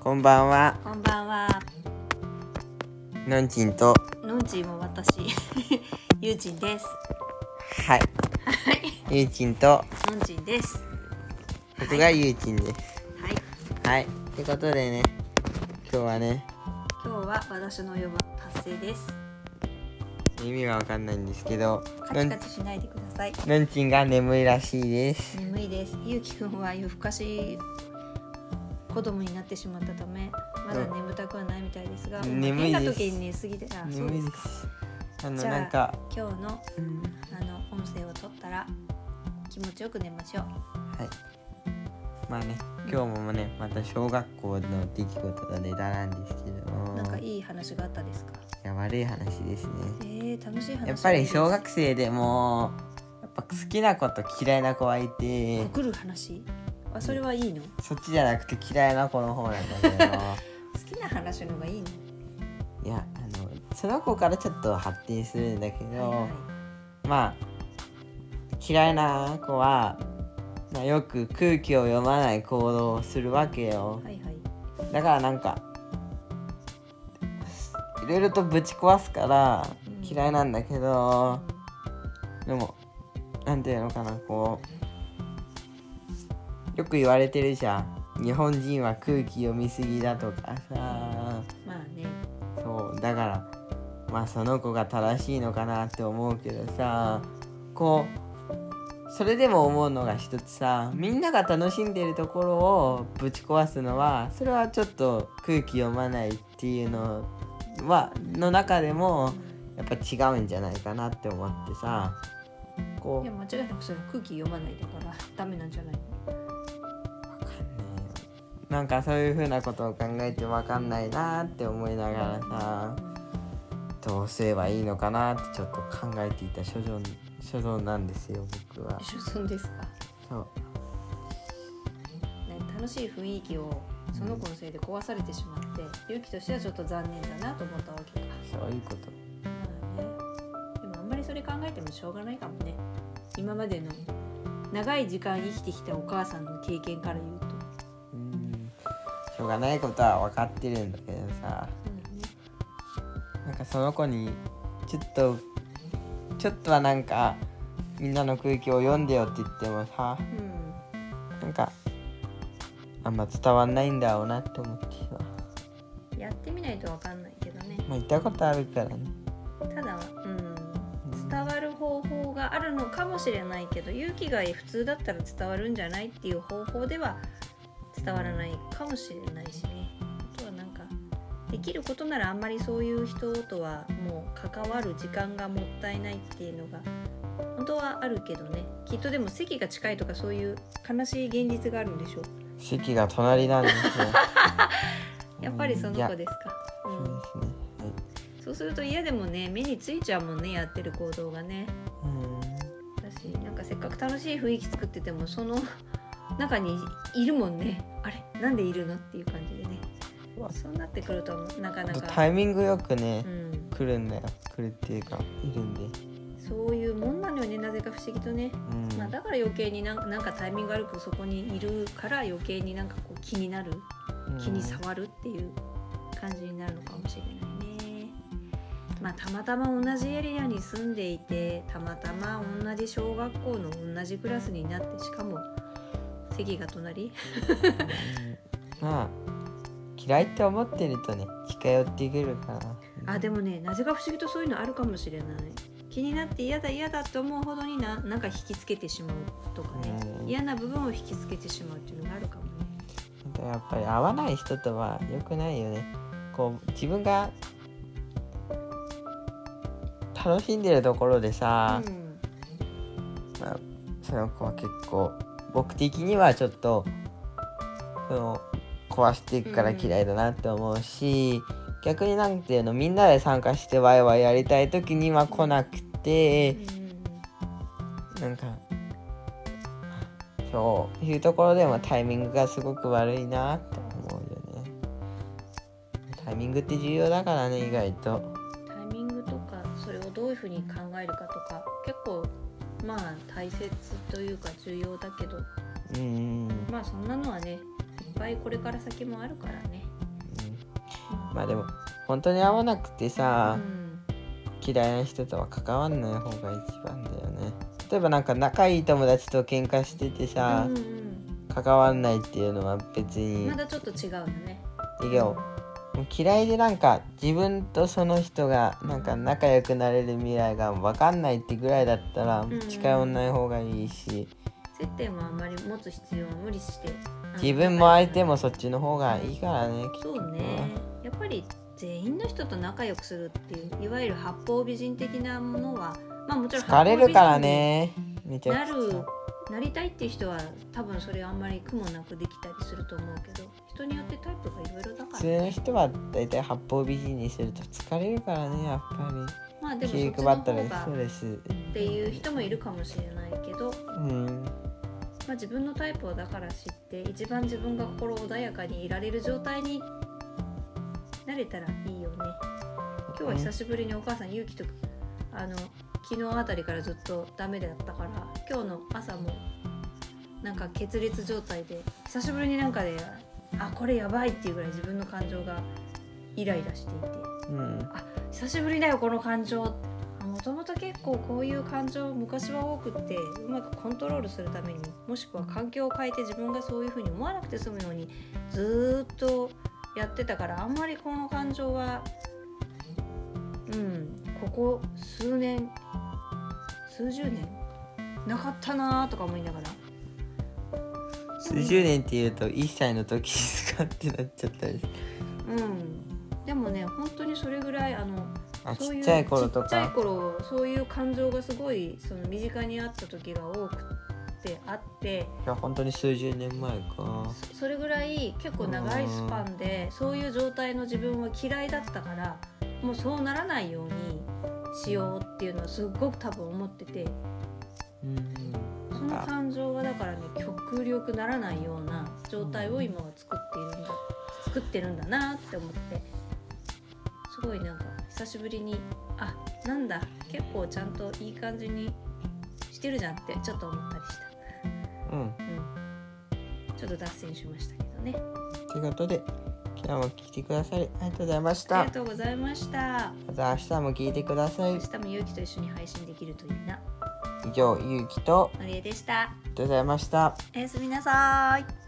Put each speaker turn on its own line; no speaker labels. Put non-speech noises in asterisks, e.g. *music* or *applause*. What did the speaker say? こんばんは、
こんばんは。
のんちんと、
のんちんも私、 *laughs* ゆうちんです。
はい、ゆうちんと、
のんちんです。
僕がゆうちんです。
は
は
い。
い、ということでね、今日はね、
今日は私の4番達成です。
意味はわかんないんですけど、
カ
の
チ
ん
カチしないでください。
のんちんが眠いらしいです。
眠いです。ゆうきくんは夜更かし子供になってしまったため、まだ眠たくはないみたいですが、
うん眠い
変
です
な時に寝すぎて、あ、そう
眠
で
い
す
で
か。
す。あの、
じゃあ
なんか、
今日の
うん
あの音声を取ったら気持ちよく寝ましょう。
はい。まあね、今日もね、また小学校の出来事のネタなんですけども、
なんか
い
いい話があったですか。
や悪い話ですね。
えー、楽しい話。
やっぱり小学生でも、やっぱ好きな子と嫌いな子はいて、
告る話あそれはいいの好
そっちじゃなくて嫌いな子の方なんだけど
きな話の方がいいの
いやあのその子からちょっと発展するんだけど、
はいはい
まあ嫌いな子は、まあ、よく空気を読まない行動をするわけよ
はいはい
だからなんかいろいろとぶち壊すから
うん
嫌いなんだけど、でもなんていうのかなこうよく言われてるじゃん日本人は空気読みすぎだとかさ
まあね
そうだからまあその子が正しいのかなって思うけどさこうそれでも思うのが一つさみんなが楽しんでるところをぶち壊すのはそれはちょっと空気読まないっていうのはの中でもやっぱ違うんじゃないかなって思ってさこ
いうや間違いなくそれ空気読まないだからダメなんじゃないの
わかんねえなんかそういう風なことを考えてわかんないなって思いながらさどうすればいいのかなってちょっと考えていた所存所存なんですよ僕は
一緒そうですか、ね、
そう
楽しい雰囲気をその子のせいで壊されてしまって、勇気としてはちょっと残念だなと思ったわけか、
そういうこと
まあね、でもあんまりそれ考えてもしょうがないかもね今までの長い時間生きてきたお母さんの経験から言うと、
うんしょうがないことは分かってるんだけどさ
そうだね
なんかその子にちょっとちょっとはなんかみんなの空気を読んでよって言ってもさ
うん
なんかあんま伝わんないんだろうなって思ってさ
やってみないとわかんないけどね
まあ行ったことあるからね
ただうん伝わる方法があるのかもしれないけど勇気が普通だったら伝わるんじゃないっていう方法では伝わらないかもしれないしねあとはなんかできることならあんまりそういう人とはもう関わる時間がもったいないっていうのが本当はあるけどねきっとでも席が近いとかそういう悲しい現実があるんでしょう
席が隣なんですよ
*laughs* やっぱりその
いや
子ですか、
そ
う
うんですねはい
そうすると嫌でもね目についちゃうもんねやってる行動がね
う
だしなんかせっかく楽しい雰囲気作っててもその中にいるもんねあれなんでいるのっていう感じでね
うわ
そうなってくるとなか
んあ
な
と
か、
タイミングよくね
う、ん、
来るんだよ来るっていうかいるんで、
そういうもんなのよねなぜか不思議とね、
うん
まあ、だから余計になんかなんかタイミング悪くそこにいるから余計になんかこう気になる
うん
気に触るっていう感じになるのかもしれないね。まあ、たまたま同じエリアに住んでいてたまたま同じ小学校の同じクラスになってしかも席が隣
まあ嫌いって思ってるとね近寄ってくるから
あでもねなぜか不思議とそういうのあるかもしれない気になって嫌だ嫌だって思うほどにななんか引きつけてしまうとかね
うん
嫌な部分を引きつけてしまうっていうのがあるかもね
だからやっぱり合わない人とは良くないよねこう自分が楽しんでるところでさ、
うん
まあ、その子は結構僕的にはちょっとその壊していくから嫌いだなって思うし、逆になんていうのみんなで参加してワイワイやりたい時には来なくて、なんかそういうところでもタイミングがすごく悪いなって思うよねタイミングって重要だからね意外と
タイミングとかそれをどういうふうに考えるかとか結構まあ大切というか重要だけど
うん
まあそんなのはねいっぱいこれから先もあるからね
まあでも本当に合わなくて
う
さ
ん
嫌いな人とは関わんない方が一番だよね例えばなんか仲いい友達と喧嘩しててさ
うんうん
関わんないっていうのは別に
まだちょっと違うよね
いいよもう嫌いでなんか自分とその人がなんか仲良くなれる未来が分かんないってぐらいだったら
ん
近寄んない方がいいし
接点はあんまり持つ必要は無理してあの
自分も相手もそっちの方がいいからねきっと
そうねやっぱり全員の人と仲良くするっていういわゆる八方美人的なものはまあもちろん
疲れるからねめち
な
ゃ
る
くちゃ
なりたいっていう人は多分それあんまり苦もなくできたりすると思うけど人によってタイプがいろいろだ
普
から
通の人は大体八方美人にすると疲れるからねやっぱ
まあで
り
も
気
そ
配
っ
っ
ち
た
の方
ら
が
ストレス
っていう人もいるかもしれないけど、
うん
まあ、自分のタイプをだから知って一番自分が心穏やかにいられる状態になれたらいいよね今日は久しぶりにお母さん勇気とあの昨日あたりからずっとダメだったから今日の朝もなんか決裂状態で久しぶりになんかであこれやばいっていうぐらい自分の感情がイライラしていて
うん
久しぶりだよこの感情もともと結構こういう感情昔は多くってうまくコントロールするためにもしくは環境を変えて自分がそういうふうに思わなくて済むようにずーっとやってたからあんまりこの感情はうんここ数年数十年なかったなーとか思いながら
数十年っていうと1歳の時ですかってなっちゃったりする
うんでもね本当にそれぐらいあの
あ
そう
ち
う
っちゃい頃と
ちっちゃい
か
頃そういう感情がすごいその身近にあった時が多くてあって
いや本当に数十年前か
そそれぐらい結構長いスパンでそういう状態の自分は嫌いだったからもうそうならないようにしようっていうのはすっごく多分思ってて
うん
その感情がだからね極力ならないような状態を今は作っているんだ作ってるんだなって思ってすごいなんか久しぶりにあなんだ結構ちゃんといい感じにしてるじゃんってちょっと思ったりし
うん
た、うん、ちょっと脱線しましたけどね
ということで今日も聞いてくださりありがとうございまし
あ
た
りがとうございました
また明日も聞いてください
明日もゆうきと一緒に配信できるといいな
以上ゆうきとあ
のりえでした
りがとうございました
おやすみなさーい